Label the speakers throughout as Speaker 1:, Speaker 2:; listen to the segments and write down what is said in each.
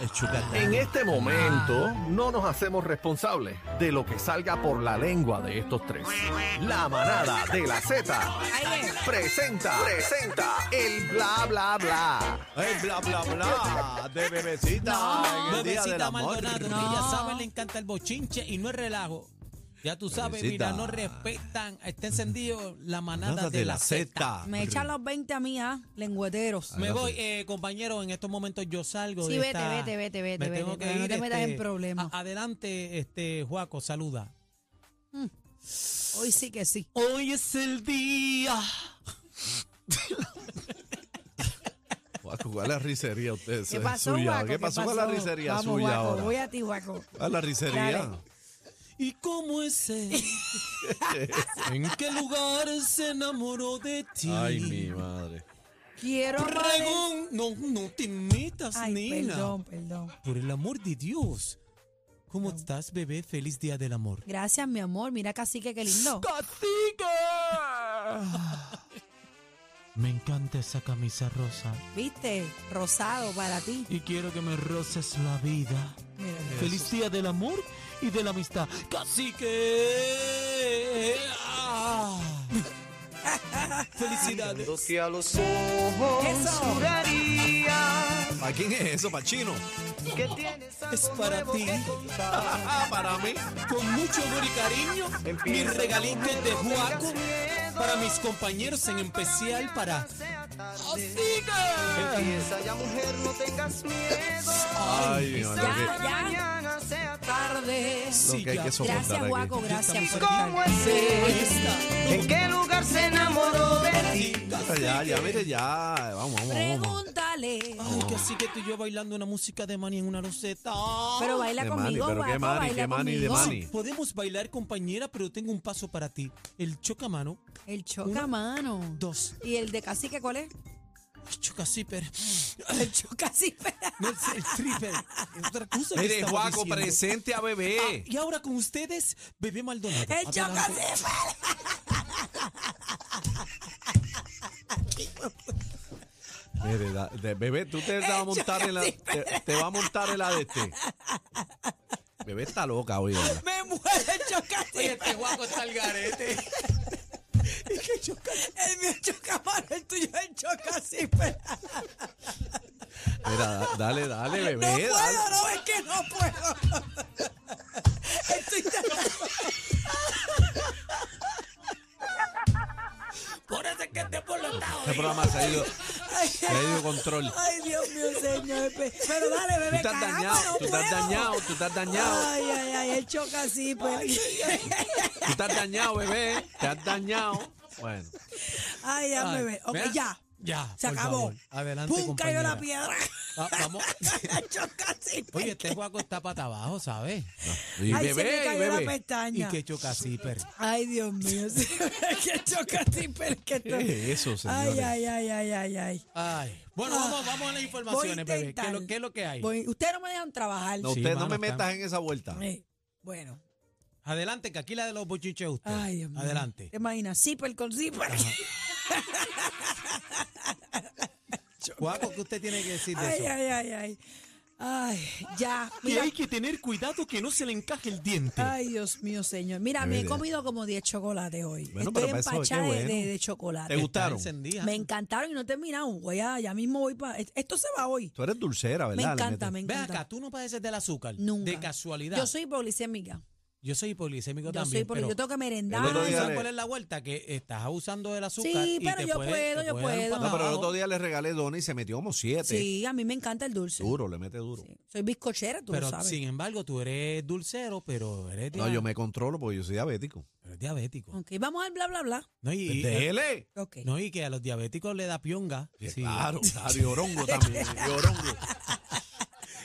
Speaker 1: El chucatán.
Speaker 2: En este momento no nos hacemos responsables de lo que salga por la lengua de estos tres. La manada de la Z presenta, presenta el bla bla bla.
Speaker 1: El bla bla bla de bebecita. en el día del
Speaker 3: Bebecita
Speaker 1: amor.
Speaker 3: Maldonado, que ya saben, le encanta el bochinche y no es relajo. Ya tú sabes,
Speaker 1: Bebecita.
Speaker 3: mira, no respetan, está encendido la manada
Speaker 1: Nada
Speaker 3: de, la Z.
Speaker 4: Me echan los 20 a mí, ah, lengüeteros.
Speaker 3: Me voy, eh, compañero, en estos momentos yo salgo
Speaker 4: Sí,
Speaker 3: de
Speaker 4: vete,
Speaker 3: esta-
Speaker 4: vete, vete, vete,
Speaker 3: me
Speaker 4: vete,
Speaker 3: tengo que
Speaker 4: pero no
Speaker 3: ir,
Speaker 4: te metas
Speaker 3: este,
Speaker 4: en problemas.
Speaker 3: a- adelante, este, Juaco, saluda.
Speaker 4: Hoy sí que sí.
Speaker 3: Hoy es el día.
Speaker 1: Guaco, ¿Cuál es la risería ¿eh? usted?
Speaker 4: ¿Qué pasó,
Speaker 1: suya?
Speaker 4: Guaco?
Speaker 1: ¿Qué pasó con la risería
Speaker 4: Vamos,
Speaker 1: suya
Speaker 4: Guaco,
Speaker 1: ahora?
Speaker 4: Voy a ti, Guaco.
Speaker 1: ¿Cuál es la risería?
Speaker 4: Dale.
Speaker 3: ¿Y cómo es él? ¿En qué lugar se enamoró de ti?
Speaker 1: Ay, mi madre.
Speaker 4: Quiero amane-
Speaker 3: Pregón, no, no te metas,
Speaker 4: Ay,
Speaker 3: nena.
Speaker 4: perdón, perdón.
Speaker 3: Por el amor de Dios. ¿Cómo estás, bebé? Feliz día del amor.
Speaker 4: Gracias, mi amor. Mira, cacique, qué lindo.
Speaker 3: Me encanta esa camisa rosa
Speaker 4: Viste, rosado para ti.
Speaker 3: y quiero que me roces la vida.
Speaker 4: Mira,
Speaker 3: Feliz día del amor y de la amistad. Casi que... ¡Ah! Felicidades.
Speaker 4: Eso.
Speaker 1: ¿Para quién es eso? ¿Para chino?
Speaker 3: Es para ti.
Speaker 1: Ah, para mí.
Speaker 3: Con mucho amor y cariño, mis regalitos de Juaco para mis compañeros, en especial para... ¡Así que!
Speaker 5: Empieza ya mujer, no tengas miedo.
Speaker 1: Ay, mi
Speaker 4: Ya,
Speaker 1: madre. que-
Speaker 4: ya.
Speaker 5: Mañana sea
Speaker 4: Tarde.
Speaker 1: Lo que hay que soportar
Speaker 4: Gracias,
Speaker 1: aquí.
Speaker 4: Guaco. Gracias por
Speaker 5: ¿Cómo
Speaker 4: estar.
Speaker 5: es él? ¿En qué lugar se enamoró de ti?
Speaker 1: Ya, ya, mire, ya. Vamos, vamos, vamos.
Speaker 4: Pregúntale.
Speaker 1: Oh.
Speaker 3: Ay, que así que tú y yo bailando una música de Manny en una roseta.
Speaker 4: Pero baila
Speaker 1: De Manny,
Speaker 4: conmigo,
Speaker 1: pero qué
Speaker 4: Guaco.
Speaker 1: Manny,
Speaker 4: baila
Speaker 1: qué Manny de
Speaker 4: conmigo.
Speaker 1: Manny.
Speaker 3: Podemos bailar, compañera, pero tengo un paso para ti. El chocamano,
Speaker 4: El chocamano.
Speaker 3: dos.
Speaker 4: ¿Y el de cacique cuál es?
Speaker 3: Chocasiper.
Speaker 4: El chocacique.
Speaker 3: No, es el stripper. Es otra cosa que
Speaker 1: Mire,
Speaker 3: estaba
Speaker 1: Juaco,
Speaker 3: diciendo.
Speaker 1: presente a bebé.
Speaker 3: Y ahora con ustedes, Bebé Maldonado.
Speaker 4: El
Speaker 3: Adelante.
Speaker 4: chocacife. Ah.
Speaker 1: Mire, da- de- bebé, tú te, vas a montar en la, te, te vas a montar en la de este. Bebé está loca hoy. ¿verdad?
Speaker 4: Me muere el chocacife.
Speaker 3: Este Juaco está al garete.
Speaker 4: El mío es chocamano, el tuyo es pues. el chocacife.
Speaker 1: Mira, da- dale, dale, bebé.
Speaker 4: No
Speaker 1: dale.
Speaker 4: puedo, no, es que no puedo. Estoy
Speaker 3: Por eso es que te por los
Speaker 1: Este programa se ha ido,
Speaker 4: Ay,
Speaker 1: se ha ido control.
Speaker 4: Ay, Dios mío, señor. Pe- Pero dale,
Speaker 1: Tú
Speaker 4: bebé,
Speaker 1: estás
Speaker 4: caramba,
Speaker 1: dañado,
Speaker 4: no
Speaker 1: tú estás
Speaker 4: puedo.
Speaker 1: dañado, tú estás dañado,
Speaker 4: Ay, ay, ay, el chocacife.
Speaker 1: tú estás dañado, bebé. Te has dañado. Bueno,
Speaker 4: Ay, ya, bebé. Ok, ya.
Speaker 3: Ya.
Speaker 4: Se
Speaker 3: por
Speaker 4: acabó.
Speaker 3: favor. Adelante.
Speaker 4: Pum, cayó la
Speaker 3: compañera.
Speaker 4: piedra.
Speaker 3: Va- vamos.
Speaker 4: El chocacife.
Speaker 3: Oye, este Juaco está pata abajo, ¿sabes?
Speaker 1: y
Speaker 4: Ay, se
Speaker 1: bebé,
Speaker 4: me
Speaker 1: y
Speaker 4: cayó la
Speaker 1: bebé.
Speaker 3: Y
Speaker 4: pestaña.
Speaker 3: que Chocasiper.
Speaker 4: Ay, Dios mío, señor, que chocacife, el que
Speaker 1: ¿Qué
Speaker 4: estoy.
Speaker 1: es eso,
Speaker 4: Ay,
Speaker 1: señores?
Speaker 4: ay, ay, ay, ay, ay.
Speaker 3: Ay. Bueno, vamos, vamos a las
Speaker 4: Ah, Voy a
Speaker 3: informaciones, bebé. ¿Qué es, lo,
Speaker 4: intentar.
Speaker 3: qué es lo que hay?
Speaker 4: Voy- Ustedes no me dejan trabajar.
Speaker 1: No,
Speaker 3: Sí,
Speaker 1: usted no
Speaker 3: mano,
Speaker 1: me
Speaker 3: está-
Speaker 1: metas en esa vuelta.
Speaker 4: Eh, bueno.
Speaker 3: Adelante, que aquí la de los bochinches es usted.
Speaker 4: Ay, Dios mío.
Speaker 3: Adelante.
Speaker 4: ¿Te imaginas? Zipper con pues. zipper.
Speaker 3: Guapo, ¿qué usted tiene que decir de
Speaker 4: Ay,
Speaker 3: eso?
Speaker 4: ay, ay, ay. Ay, ya.
Speaker 3: Que
Speaker 4: Mira.
Speaker 3: hay que tener cuidado que no se le encaje el diente.
Speaker 4: Ay, Dios mío, señor. Mira, me he
Speaker 1: verdad.
Speaker 4: comido como 10 chocolates hoy.
Speaker 1: Bueno, pero
Speaker 4: Estoy
Speaker 1: para eso, qué
Speaker 4: empachada de-
Speaker 1: bueno.
Speaker 4: de, de
Speaker 1: ¿Te
Speaker 4: chocolate.
Speaker 3: Está
Speaker 1: gustaron?
Speaker 3: encendida.
Speaker 4: Me encantaron y no he terminado. Voy a, ya mismo voy para... Esto se va hoy.
Speaker 1: Tú eres dulcera,
Speaker 4: Me
Speaker 1: ¿verdad? Le
Speaker 4: encanta,
Speaker 1: metes-
Speaker 4: me
Speaker 3: Ve
Speaker 4: encanta.
Speaker 3: acá, tú no padeces del azúcar.
Speaker 4: Nunca.
Speaker 3: De casualidad.
Speaker 4: Yo soy hipoglicémica.
Speaker 3: yo soy hipoglicémico
Speaker 4: Yo
Speaker 3: también.
Speaker 4: soy porque
Speaker 3: pero
Speaker 4: yo tengo que merendar.
Speaker 1: El otro
Speaker 3: ¿tú
Speaker 1: día
Speaker 3: ¿Sabes
Speaker 1: le-
Speaker 3: cuál es la vuelta? Que estás abusando del azúcar.
Speaker 4: Sí,
Speaker 3: y
Speaker 4: pero
Speaker 3: te
Speaker 4: yo
Speaker 3: puede-
Speaker 4: puedo,
Speaker 3: te
Speaker 4: yo
Speaker 3: puede dar un
Speaker 4: puedo.
Speaker 1: No, pero el
Speaker 3: patabajo.
Speaker 1: otro día le regalé dona y se metió como siete.
Speaker 4: Sí, a mí me encanta el dulce.
Speaker 1: Duro, le mete duro.
Speaker 4: Sí, Soy bizcochera, tú
Speaker 3: Pero
Speaker 4: lo sabes.
Speaker 3: sin embargo, tú eres dulcero, pero eres,
Speaker 1: No,
Speaker 3: dia-
Speaker 1: yo me controlo porque yo soy diabético. Pues
Speaker 3: eres diabético.
Speaker 4: Ok, vamos al bla, bla, bla.
Speaker 3: No, y, eh,
Speaker 1: Dele.
Speaker 4: Ok.
Speaker 3: no, y que a los diabéticos le da pionga.
Speaker 1: Sí,
Speaker 3: Sí.
Speaker 1: Claro, está de orongo también, de orongo.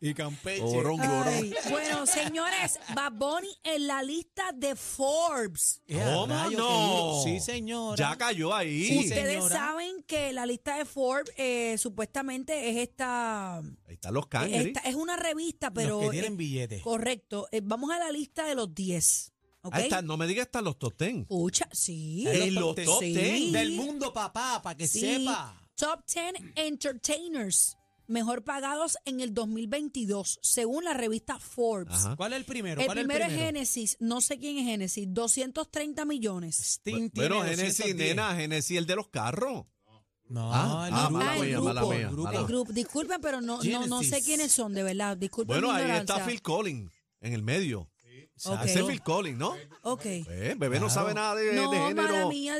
Speaker 3: y Campeche.
Speaker 1: Orongo,
Speaker 4: Ay,
Speaker 1: orongo.
Speaker 4: bueno, señores, Bad Bunny en la lista de Forbes.
Speaker 3: Eh,
Speaker 1: ¿Cómo
Speaker 3: rayos,
Speaker 1: no?
Speaker 3: seguro. Sí, señora.
Speaker 1: Ya cayó ahí.
Speaker 3: Sí,
Speaker 4: Ustedes
Speaker 3: señora.
Speaker 4: saben que la lista de Forbes eh, supuestamente es esta,
Speaker 1: Ahí están los cangri.
Speaker 4: esta- Es una revista, pero.
Speaker 3: Los que tienen
Speaker 4: eh,
Speaker 3: billetes.
Speaker 4: correcto. Eh, vamos a la lista de los 10. ¿Ok?
Speaker 1: Ahí están, no me digas están los tosten.
Speaker 4: Escucha, sí.
Speaker 1: En los
Speaker 3: top
Speaker 1: top
Speaker 4: ten.
Speaker 1: ten.
Speaker 3: Del mundo, papá, para que
Speaker 4: Sí.
Speaker 3: sepa.
Speaker 4: Top 10 Entertainers mejor pagados en el 2022, según la revista Forbes.
Speaker 1: Ajá.
Speaker 3: ¿Cuál es el primero?
Speaker 4: El
Speaker 3: ¿Cuál
Speaker 4: primero
Speaker 3: es
Speaker 4: es
Speaker 3: el primero?
Speaker 4: Genesis, no sé quién es Genesis, 230 millones.
Speaker 3: Sting tiene
Speaker 1: Bueno, Genesis,
Speaker 3: 210.
Speaker 1: nena, Genesis, el de los carros.
Speaker 3: No,
Speaker 1: Ah,
Speaker 3: el
Speaker 1: ah,
Speaker 3: grupo,
Speaker 4: mala mía, mala
Speaker 3: grupo,
Speaker 1: mía,
Speaker 3: grupo.
Speaker 1: mala
Speaker 4: El
Speaker 1: Ah.
Speaker 4: grupo, disculpen, pero no, no, no sé
Speaker 3: Genesis.
Speaker 4: quiénes son, de verdad, disculpen
Speaker 1: Bueno,
Speaker 4: mi
Speaker 1: ahí está
Speaker 4: ignorancia.
Speaker 1: Phil Collins, en el medio.
Speaker 4: Ok.
Speaker 1: Ese es Phil Collins, ¿no?
Speaker 4: Ok.
Speaker 1: Eh, bebé no
Speaker 3: Claro.
Speaker 1: sabe nada de,
Speaker 4: No,
Speaker 1: de
Speaker 4: mala
Speaker 1: género.
Speaker 4: mía,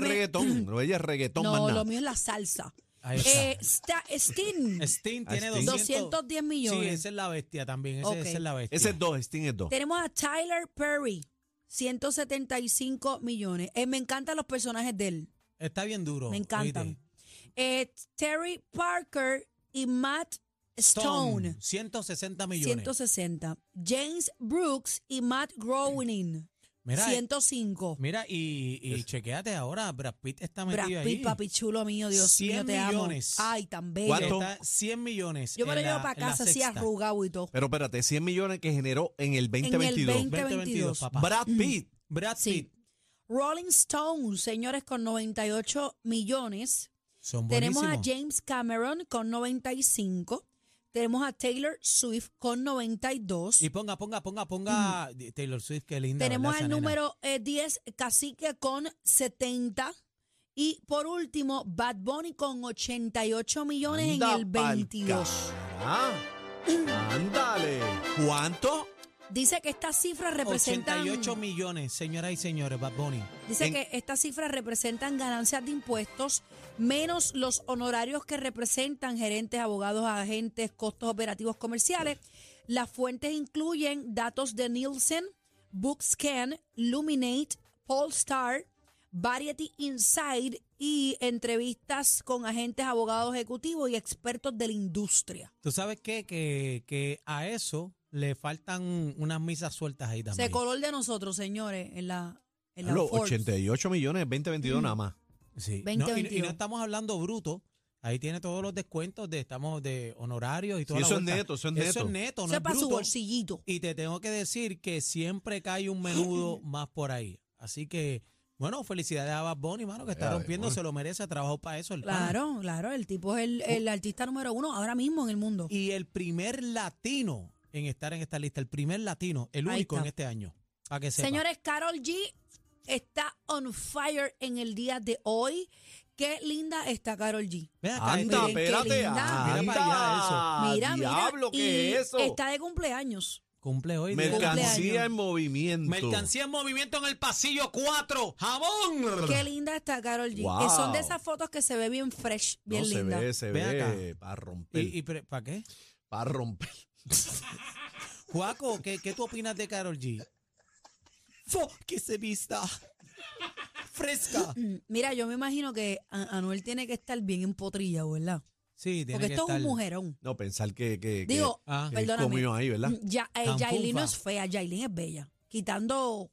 Speaker 4: discúlpeme.
Speaker 1: de reggaetón. No, ella es reggaetón más
Speaker 4: No,
Speaker 1: nada.
Speaker 4: lo mío es la salsa.
Speaker 3: Ahí está.
Speaker 4: Eh, está Sting,
Speaker 3: Sting tiene
Speaker 1: Sting.
Speaker 3: 200,
Speaker 4: 210 millones.
Speaker 3: Sí, esa es la bestia también. Ese,
Speaker 4: Ok.
Speaker 3: esa es la bestia.
Speaker 1: Ese es dos, Sting es dos.
Speaker 4: Tenemos a Tyler Perry, 175 millones. Eh, me encantan los personajes de él.
Speaker 3: Está bien duro.
Speaker 4: Me encantan.
Speaker 3: Oh, oíste.
Speaker 4: Eh, Terry Parker y Matt Stone,
Speaker 3: Stone, 160 millones.
Speaker 4: 160. James Brooks y Matt Groening,
Speaker 3: Mira, eh,
Speaker 4: 105.
Speaker 3: mira y, y chequeate ahora, Brad Pitt está metido
Speaker 4: Brad
Speaker 3: ahí.
Speaker 4: Pitt, papi chulo mío, Dios
Speaker 3: 100
Speaker 4: mío, te
Speaker 3: millones.
Speaker 4: amo. Ay, tan bello.
Speaker 1: ¿Cuánto?
Speaker 3: Está 100 millones.
Speaker 4: Yo me lo
Speaker 3: en la-
Speaker 4: llevo para
Speaker 3: en la
Speaker 4: casa así
Speaker 3: sexta.
Speaker 4: arrugado y todo.
Speaker 1: Pero espérate, 100 millones que generó en el 2022.
Speaker 4: 20.
Speaker 3: 2022, papá.
Speaker 1: Brad
Speaker 4: Mm.
Speaker 1: Pitt.
Speaker 3: Brad
Speaker 4: Sí.
Speaker 3: Pitt.
Speaker 4: Rolling Stone, señores, con 98 millones.
Speaker 3: Son
Speaker 4: Tenemos a
Speaker 3: buenísimos.
Speaker 4: James Cameron con 95. Tenemos a Taylor Swift con 92.
Speaker 3: Y ponga, ponga, ponga, ponga Taylor Swift, qué linda.
Speaker 4: Mm. Tenemos
Speaker 3: ¿verdad,
Speaker 4: al
Speaker 3: esa nena?
Speaker 4: número eh, 10, Cacique con 70. Y por último, Bad Bunny con 88 millones
Speaker 1: Anda
Speaker 4: en el
Speaker 1: pa'l
Speaker 4: 22.
Speaker 1: Ah, ándale. ¿Cuánto?
Speaker 4: Dice que estas cifras representan
Speaker 3: 88 millones, señoras y señores, Bad Bunny.
Speaker 4: dice
Speaker 1: en-
Speaker 4: que estas cifras representan ganancias de impuestos menos los honorarios que representan gerentes, abogados, agentes, costos operativos comerciales. Las fuentes incluyen datos de Nielsen, Bookscan, Luminate, Polestar, Variety Inside y entrevistas con agentes, abogados ejecutivos y expertos de la industria.
Speaker 3: ¿Tú sabes qué? Que, que a eso le faltan unas misas sueltas ahí también.
Speaker 4: Se coló el de nosotros, señores, en la, en la
Speaker 1: Los
Speaker 4: Forbes.
Speaker 1: 88 millones, 2022 nada más.
Speaker 3: Sí.
Speaker 4: Veinte,
Speaker 3: No, y- y, no
Speaker 4: veintidós.
Speaker 3: estamos hablando bruto. Ahí tiene todos los descuentos de estamos de honorarios y todo.
Speaker 1: Sí, eso es neto, eso es
Speaker 3: Eso
Speaker 1: neto.
Speaker 3: es neto, no
Speaker 4: Eso es
Speaker 3: es
Speaker 4: para su
Speaker 3: bruto.
Speaker 4: bolsillito.
Speaker 3: Y te tengo que decir que siempre cae un menudo más por ahí. Así que, bueno, felicidades a Bad Bunny, mano, que está
Speaker 1: Ya,
Speaker 3: rompiendo,
Speaker 1: bueno.
Speaker 3: se lo merece, ha trabajado para eso el pana.
Speaker 4: Claro, claro, el tipo es
Speaker 1: Oh.
Speaker 4: el, el artista número uno ahora mismo en el mundo.
Speaker 3: Y el primer latino en estar en esta lista, el primer latino, el
Speaker 4: Ahí
Speaker 3: único en
Speaker 4: está.
Speaker 3: este año. Para que sepa.
Speaker 4: Señores, Carol G está on fire en el día de hoy. Qué linda está Carol G.
Speaker 3: Ven acá,
Speaker 1: Anda,
Speaker 3: este-
Speaker 4: qué
Speaker 1: espérate.
Speaker 4: linda.
Speaker 1: Anda.
Speaker 3: Mira para
Speaker 4: Mira,
Speaker 1: Ah, Diablo,
Speaker 4: mira,
Speaker 1: ¿qué
Speaker 4: y
Speaker 1: es eso?
Speaker 4: Está de cumpleaños.
Speaker 3: cumple hoy. día.
Speaker 1: Mercancía
Speaker 4: cumpleaños.
Speaker 1: en movimiento.
Speaker 3: Mercancía en movimiento en el pasillo 4. ¡Jabón!
Speaker 4: Qué linda está Carol G.
Speaker 1: Wow.
Speaker 4: Eh, Son de esas fotos que se ve bien fresh,
Speaker 1: No,
Speaker 4: bien
Speaker 1: se
Speaker 4: linda.
Speaker 1: ve, se
Speaker 3: Ve
Speaker 1: ve. Para romper.
Speaker 3: ¿Y, para qué?
Speaker 1: Para romper.
Speaker 3: Juaco, ¿qué, qué tú opinas de Carol G? Fo, que se vista fresca.
Speaker 4: Mm, Mira, yo me imagino que a- Anuel tiene que estar bien empotrillado, ¿verdad?
Speaker 3: Sí, tiene
Speaker 4: Porque
Speaker 3: que
Speaker 4: esto es
Speaker 3: estar-
Speaker 4: un mujerón.
Speaker 1: No, pensar que. que que-
Speaker 4: Digo,
Speaker 3: Ah.
Speaker 1: que
Speaker 4: perdóname.
Speaker 1: comió ahí, ¿verdad?
Speaker 4: Mm, Ya, eh,
Speaker 3: Tan
Speaker 4: Yailin no
Speaker 3: funfa.
Speaker 4: es fea, Yailin es bella. Quitando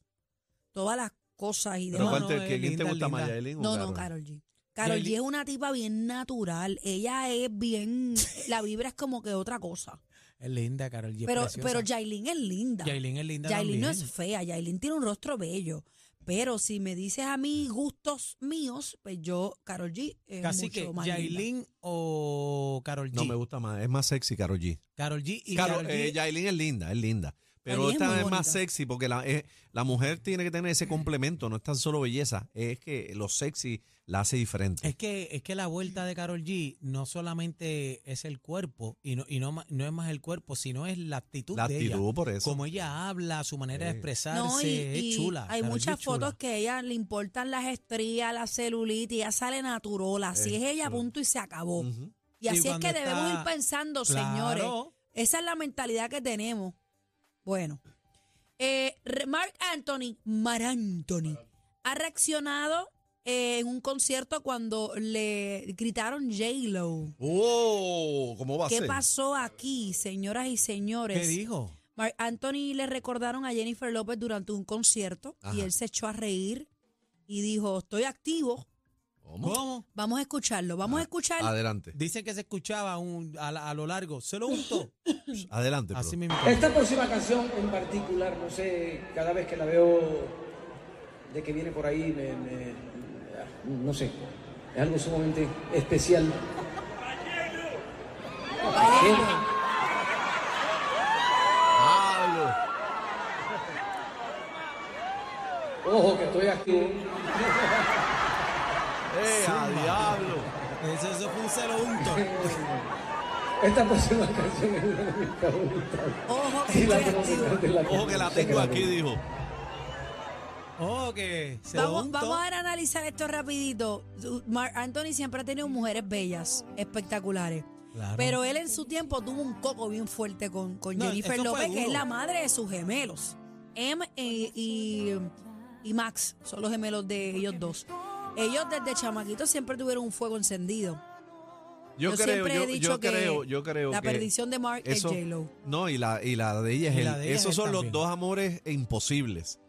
Speaker 4: todas las cosas y
Speaker 1: Pero
Speaker 4: demás.
Speaker 3: cuál-
Speaker 1: ¿cuánto-
Speaker 3: no, es
Speaker 1: ¿Quién quién te
Speaker 3: linda,
Speaker 1: gusta más,
Speaker 3: linda.
Speaker 1: Yailin o
Speaker 4: No, no,
Speaker 1: Karol?
Speaker 4: Carol G. Carol
Speaker 3: Yailin-
Speaker 4: G es una tipa bien natural. Ella es bien. La vibra es como que otra cosa.
Speaker 3: Es linda, Carol G. es
Speaker 4: Pero,
Speaker 3: preciosa.
Speaker 4: pero Yailin es linda.
Speaker 3: Yailin es linda
Speaker 4: Yailin no
Speaker 3: también.
Speaker 4: es fea. Yailin tiene un rostro bello. Pero si me dices a mí gustos míos, pues yo, Carol G. Es
Speaker 3: Casi
Speaker 4: mucho
Speaker 3: que
Speaker 4: más linda.
Speaker 3: Yailin o Carol G.
Speaker 1: No me gusta más, es más sexy Karol G.
Speaker 3: Karol G y
Speaker 1: Claro,
Speaker 3: Karol
Speaker 1: eh,
Speaker 3: G.
Speaker 1: Yailin es linda, es linda. Pero
Speaker 4: Yailin es muy
Speaker 1: esta es, más
Speaker 4: bonita.
Speaker 1: sexy porque la, eh, la mujer tiene que tener ese complemento, no es tan solo belleza, es que lo sexy la hace diferente.
Speaker 3: Es que, es que la vuelta de Carol G no solamente es el cuerpo, y no, y no, ma- no es más el cuerpo, sino es la actitud
Speaker 1: la
Speaker 3: de ella.
Speaker 1: actitud por eso.
Speaker 3: Como ella habla, su manera de
Speaker 1: Sí.
Speaker 3: expresarse,
Speaker 4: No, y,
Speaker 3: es
Speaker 4: y
Speaker 3: chula.
Speaker 4: hay
Speaker 3: Karol G
Speaker 4: muchas
Speaker 3: es chula.
Speaker 4: fotos que a ella le importan las estrías, la celulitis, ella sale natural, así
Speaker 1: Eh,
Speaker 4: es ella,
Speaker 1: claro.
Speaker 4: punto y se acabó.
Speaker 1: Ujú.
Speaker 4: Y así es
Speaker 3: Mm. cuando
Speaker 4: que debemos
Speaker 3: está-
Speaker 4: ir pensando,
Speaker 3: Claro.
Speaker 4: señores. Esa es la mentalidad que tenemos. Bueno, eh, Re- Mark Anthony, Mar Anthony, ha reaccionado eh, en un concierto cuando le gritaron J-Lo.
Speaker 1: ¡Oh! ¿Cómo va a
Speaker 4: ¿Qué
Speaker 1: ser?
Speaker 4: pasó aquí, señoras y señores?
Speaker 3: ¿Qué dijo?
Speaker 4: Mark Anthony le recordaron a Jennifer López durante un concierto y
Speaker 1: Ajá.
Speaker 4: él se echó a reír y dijo, estoy activo,
Speaker 3: ¿Cómo?
Speaker 4: vamos a escucharlo, vamos a escuchar
Speaker 1: Adelante.
Speaker 3: Dicen que se escuchaba un- a, la- a lo largo. Se lo untó.
Speaker 1: Adelante, pro.
Speaker 3: Así mismo.
Speaker 6: Esta próxima canción en particular, no sé, cada vez que la veo de que viene por ahí, me, me- no sé, es algo sumamente especial.
Speaker 2: Hablo.
Speaker 6: Ojo, que estoy activo.
Speaker 2: ¡Eh, a diablo!
Speaker 3: Eso, eso fue un se lo unto.
Speaker 6: Esta próxima canción es una de mis favoritas.
Speaker 4: ojo, que
Speaker 6: Y la
Speaker 4: estoy
Speaker 6: tengo
Speaker 4: activo.
Speaker 6: que cantar, la
Speaker 1: Ojo que la
Speaker 6: sé
Speaker 1: tengo aquí,
Speaker 6: tengo.
Speaker 1: dijo.
Speaker 3: Oh, que se lo
Speaker 4: Vamos,
Speaker 3: untó.
Speaker 4: vamos a analizar esto rapidito. Mark Anthony siempre ha tenido mujeres bellas, espectaculares.
Speaker 3: Claro.
Speaker 4: Pero él en su tiempo tuvo un coco bien fuerte con, con
Speaker 3: No,
Speaker 4: Jennifer
Speaker 3: eso fue
Speaker 4: López, que es
Speaker 3: duro.
Speaker 4: la madre de sus gemelos. Em eh, y, y Max son los gemelos de ellos dos. Ellos desde chamaquitos siempre tuvieron un fuego encendido.
Speaker 1: Yo,
Speaker 4: Yo
Speaker 1: creo,
Speaker 4: siempre he
Speaker 1: yo,
Speaker 4: dicho
Speaker 1: yo
Speaker 4: que
Speaker 1: creo, yo creo
Speaker 4: la
Speaker 1: que
Speaker 4: perdición de Mark es J-Lo.
Speaker 1: No, y la, y la de ella es
Speaker 3: Y
Speaker 1: él.
Speaker 3: la de ella es
Speaker 1: Esos
Speaker 3: él
Speaker 1: son los
Speaker 3: también.
Speaker 1: dos amores imposibles.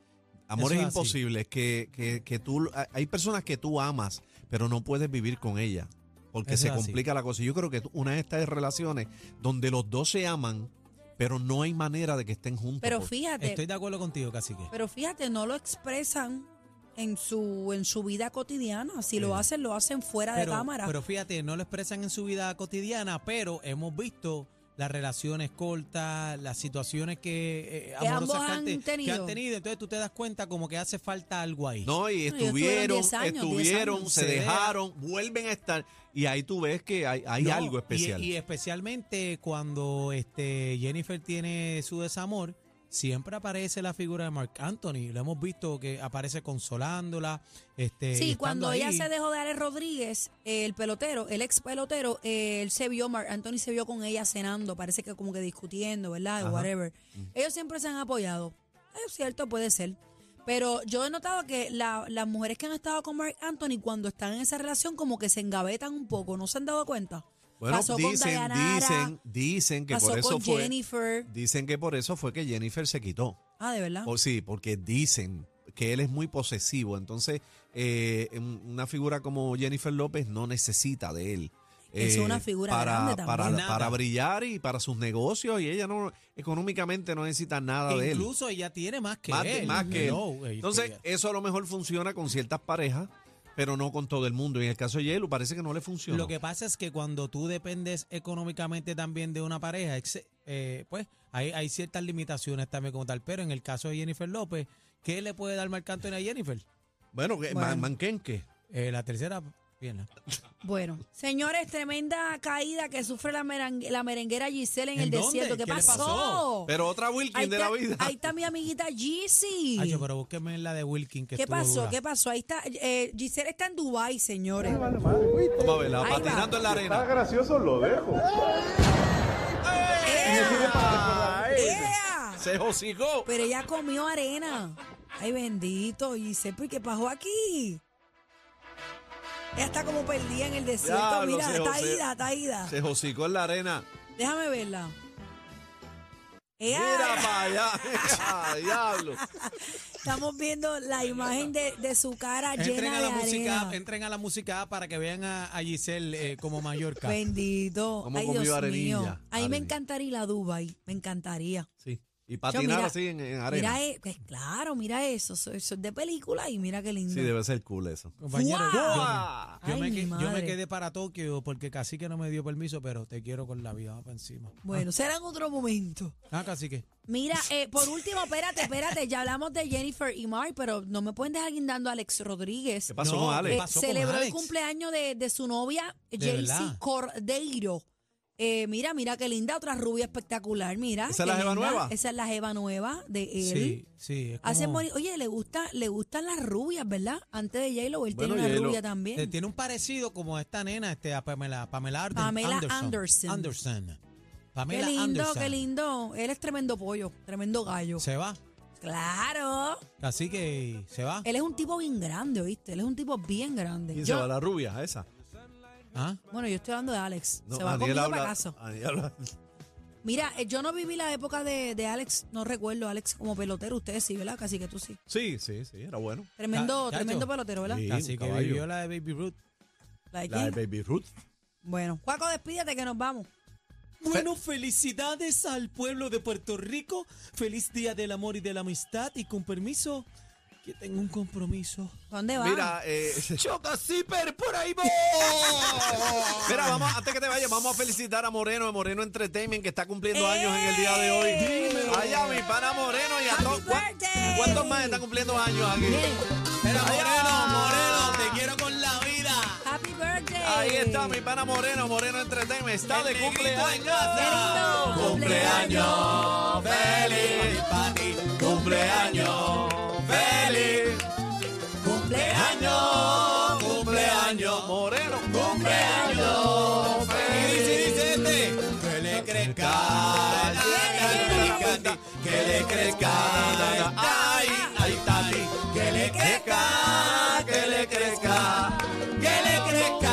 Speaker 1: Amores
Speaker 3: Eso es así.
Speaker 1: imposibles que, que, que tú... Hay personas que tú amas, pero no puedes vivir con ella. Porque
Speaker 3: Eso
Speaker 1: se
Speaker 3: es así.
Speaker 1: complica la cosa. Y Yo creo que tú- una de estas relaciones donde los dos se aman, pero no hay manera de que estén juntos.
Speaker 4: Pero
Speaker 1: porque-
Speaker 4: fíjate,
Speaker 3: Estoy de acuerdo contigo, cacique.
Speaker 4: pero fíjate, no lo expresan en su, en su vida cotidiana. Si lo hacen, lo hacen fuera de cámara.
Speaker 3: pero fíjate, no lo expresan en su vida cotidiana, pero hemos visto las relaciones cortas, las situaciones que, eh,
Speaker 4: Que
Speaker 3: amorosas
Speaker 4: ambos han
Speaker 3: te-
Speaker 4: tenido.
Speaker 3: que han tenido. Entonces tú te das cuenta como que hace falta algo ahí.
Speaker 1: No, y
Speaker 4: estuvieron
Speaker 1: estuvieron,
Speaker 4: 10 años, 10
Speaker 1: estuvieron,
Speaker 4: años.
Speaker 1: se
Speaker 3: Se deja.
Speaker 1: dejaron, vuelven a estar. Y ahí tú ves que hay, hay
Speaker 3: No,
Speaker 1: algo
Speaker 3: y- e-,
Speaker 1: especial.
Speaker 3: Y, especialmente cuando este Jennifer tiene su desamor, siempre aparece la figura de Mark Anthony. Lo hemos visto que aparece consolándola. Este,
Speaker 1: eh,
Speaker 3: y
Speaker 4: Sí,
Speaker 3: estando
Speaker 4: cuando ella
Speaker 3: ahí.
Speaker 4: se dejó de Alex Rodríguez, el pelotero, el ex pelotero, eh, él se vio, Mark Anthony se vio con ella cenando, parece que como que discutiendo, ¿verdad?
Speaker 1: Ajá. Mm.
Speaker 4: Whatever. Ellos siempre se han apoyado. Es cierto, puede ser. Pero yo he notado que la- las mujeres que han estado con Mark Anthony, cuando están en esa relación, como que se engavetan un poco, ¿no se han dado cuenta?
Speaker 1: Bueno,
Speaker 4: pasó con
Speaker 1: dicen,
Speaker 4: Dayanara,
Speaker 1: dicen, dicen que
Speaker 4: pasó
Speaker 1: por eso
Speaker 4: con
Speaker 1: fue.
Speaker 4: Jennifer.
Speaker 1: Dicen que por eso fue que Jennifer se quitó.
Speaker 4: Ah, de verdad.
Speaker 1: O sí, porque dicen que él es muy posesivo. Entonces, eh, un- una figura como Jennifer López no necesita de él. Eh,
Speaker 4: Es una figura
Speaker 1: para,
Speaker 4: grande también.
Speaker 1: para-
Speaker 3: Nada.
Speaker 1: para brillar y para sus negocios y ella no económicamente no necesita nada
Speaker 3: Que
Speaker 1: de Ah, él.
Speaker 3: incluso ella tiene más que
Speaker 1: Más, de-
Speaker 3: él.
Speaker 1: más que él.
Speaker 3: Hello, eh,
Speaker 1: Entonces,
Speaker 3: que-
Speaker 1: eso a lo mejor funciona con ciertas parejas, pero no con todo el mundo. Y en el caso de Yelu parece que no le funciona.
Speaker 3: Lo que pasa es que cuando tú dependes económicamente también de una pareja, ex- eh, pues hay, hay ciertas limitaciones también como tal. Pero en el caso de Jennifer López, ¿qué le puede dar Marc Anthony a Jennifer?
Speaker 1: bueno, que-
Speaker 4: Bueno.
Speaker 1: Man- Manquenque.
Speaker 3: Eh, la tercera pierna.
Speaker 4: Bueno, señores, tremenda caída que sufre la, merengue- la merenguera Giselle en,
Speaker 3: ¿En
Speaker 4: el
Speaker 3: dónde?
Speaker 4: desierto. ¿Qué,
Speaker 3: ¿Qué le
Speaker 4: pasó?
Speaker 3: pasó?
Speaker 4: Oh.
Speaker 1: Pero otra Wilkin de
Speaker 4: está,
Speaker 1: la vida.
Speaker 4: ahí está mi amiguita Gizzy.
Speaker 3: Acho, pero búsqueme la de Wilkin que
Speaker 4: ¿Qué
Speaker 3: estuvo
Speaker 4: pasó?
Speaker 3: dura.
Speaker 4: ¿Qué pasó? Ahí está. eh, Giselle está en Dubai, señores.
Speaker 1: Vamos a verla,
Speaker 4: Ahí va.
Speaker 1: patinando en la arena.
Speaker 4: ¡Eh! ¡Ea!
Speaker 1: Se hocicó.
Speaker 4: Pero ella comió arena. Ay, bendito, Giselle, ¿por qué pasó aquí? Ella está como perdida en el desierto.
Speaker 1: Diablo,
Speaker 4: Mira,
Speaker 1: se
Speaker 4: está
Speaker 1: jose-
Speaker 4: ida, está ida.
Speaker 1: Se hocicó en la arena.
Speaker 4: Déjame verla. Ea.
Speaker 1: Mira para allá. Ah, diablo.
Speaker 4: Estamos viendo la imagen de, de su cara
Speaker 3: Entren
Speaker 4: llena
Speaker 3: a, la
Speaker 4: de
Speaker 3: música,
Speaker 4: arena.
Speaker 3: entren a la música para que vean a, a Giselle eh, como Mallorca.
Speaker 4: Bendito.
Speaker 1: Cómo
Speaker 4: Ay,
Speaker 1: comió
Speaker 4: Dios
Speaker 1: arenilla.
Speaker 4: mío. A mí me
Speaker 1: Arenilla.
Speaker 4: encantaría ir a Dubai. Me encantaría.
Speaker 1: Sí. Y patinar
Speaker 4: mira-
Speaker 1: así en, en
Speaker 4: Mira,
Speaker 1: arena.
Speaker 4: eh, pues, claro, mira eso. Eso, eso es de película y mira qué lindo.
Speaker 1: Sí, debe ser cool eso. Ah.
Speaker 3: Compañero, yo-
Speaker 1: ¡Fua!
Speaker 3: yo,
Speaker 4: Ay,
Speaker 3: me,
Speaker 4: mi
Speaker 3: que- yo me
Speaker 4: madre.
Speaker 3: quedé para Tokio porque casi que no me dio permiso, pero te quiero con la vida para encima.
Speaker 4: Bueno, será en otro momento.
Speaker 3: Ah, casi que.
Speaker 4: Mira, eh, por último, espérate, espérate. Ya hablamos de Jennifer y Mark, pero no me pueden dejar guindando a Alex Rodríguez.
Speaker 1: ¿Qué pasó
Speaker 3: No,
Speaker 1: con
Speaker 3: ¿qué
Speaker 1: Alex?
Speaker 4: Eh,
Speaker 3: pasó con
Speaker 4: celebró el
Speaker 3: Alex?
Speaker 4: cumpleaños de, de su novia,
Speaker 3: verdad?
Speaker 4: Jaycee Cordeiro. Eh, mira, mira qué linda, otra rubia espectacular, mira.
Speaker 1: ¿Esa es
Speaker 4: qué
Speaker 1: la jeva
Speaker 4: linda.
Speaker 1: nueva?
Speaker 4: Esa es la jeva nueva de él.
Speaker 3: Sí, sí. es
Speaker 4: Hace
Speaker 3: como-
Speaker 4: moni- Oye, le gusta, le gustan las rubias, ¿verdad? Antes de J-Lo, él tiene
Speaker 1: Bueno,
Speaker 4: una
Speaker 1: J.Lo,
Speaker 4: rubia
Speaker 3: Eh,
Speaker 4: también.
Speaker 3: tiene un parecido como a esta nena, este, a Pamela, Pamela, Arden-
Speaker 4: Pamela
Speaker 3: Anderson.
Speaker 4: Anderson.
Speaker 3: Anderson. Pamela
Speaker 4: Qué lindo,
Speaker 3: Anderson.
Speaker 4: qué lindo. Él es tremendo pollo, tremendo gallo.
Speaker 3: Se va.
Speaker 4: Claro.
Speaker 3: Así que se va.
Speaker 4: Eh, Él es un tipo bien grande, ¿oíste? Él es un tipo bien grande.
Speaker 1: ¿Quién se
Speaker 4: Yo-
Speaker 1: va? La rubia, esa.
Speaker 3: ¿Ah?
Speaker 4: Bueno, yo estoy hablando de Alex.
Speaker 1: No,
Speaker 4: Se va
Speaker 1: Aniel
Speaker 4: conmigo
Speaker 1: habla-
Speaker 4: para casa.
Speaker 1: Aniel habla-
Speaker 4: Mira, eh, yo no viví la época de, de Alex, no recuerdo Alex como pelotero, ustedes sí, ¿verdad? Casi que tú sí.
Speaker 1: Sí, sí, sí, era bueno.
Speaker 4: Tremendo,
Speaker 3: Ca- Cacho.
Speaker 4: tremendo pelotero, ¿verdad?
Speaker 1: Sí,
Speaker 3: Así
Speaker 1: un
Speaker 3: que
Speaker 1: caballo.
Speaker 3: vivió la de Baby Ruth.
Speaker 4: ¿La de
Speaker 1: La de
Speaker 4: quién?
Speaker 1: Baby Ruth.
Speaker 4: Bueno, Juaco, despídete que nos vamos.
Speaker 3: Bueno, felicidades al pueblo de Puerto Rico. Feliz día del amor y de la amistad. Y con permiso, que tengo un compromiso.
Speaker 4: ¿Dónde vas?
Speaker 1: Mira, eh,
Speaker 2: ¡Choca Zipper por ahí, voy!
Speaker 1: mira, vamos, antes que te vayas, vamos a felicitar a Moreno, a Moreno Entertainment, que está cumpliendo años en el día de hoy. Allá, mi pana Moreno y a
Speaker 4: ¡Eh! Happy
Speaker 1: todos. ¿cuán-
Speaker 4: birthday.
Speaker 1: ¿Cuántos más están cumpliendo años aquí?
Speaker 3: Pero
Speaker 1: Moreno, Moreno,
Speaker 3: te quiero con la vida.
Speaker 4: Happy birthday.
Speaker 1: Ahí está mi pana Moreno, Moreno Entertainment, está de cumpleaños.
Speaker 4: Lindo.
Speaker 1: Cumpleaños feliz, cumpleaños feliz, cumpleaños, cumpleaños, Moreno, cumpleaños feliz.
Speaker 3: Que le crezca.
Speaker 1: que le crezca, ay, ay, tati, que le crezca, que le crezca, que le crezca.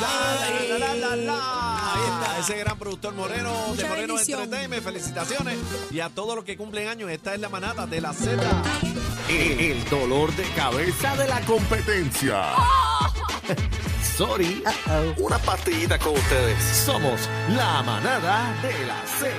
Speaker 1: Ay, la, la, la, la. Ahí está ese gran productor Moreno de
Speaker 4: Mucha
Speaker 1: Moreno
Speaker 4: bendición.
Speaker 1: Entertainment. Felicitaciones y a todos los que cumplen años. Esta es la manada de la Z.
Speaker 2: El, el dolor de cabeza de la competencia. Sorry. Una partidita con ustedes. Somos la manada de la Z.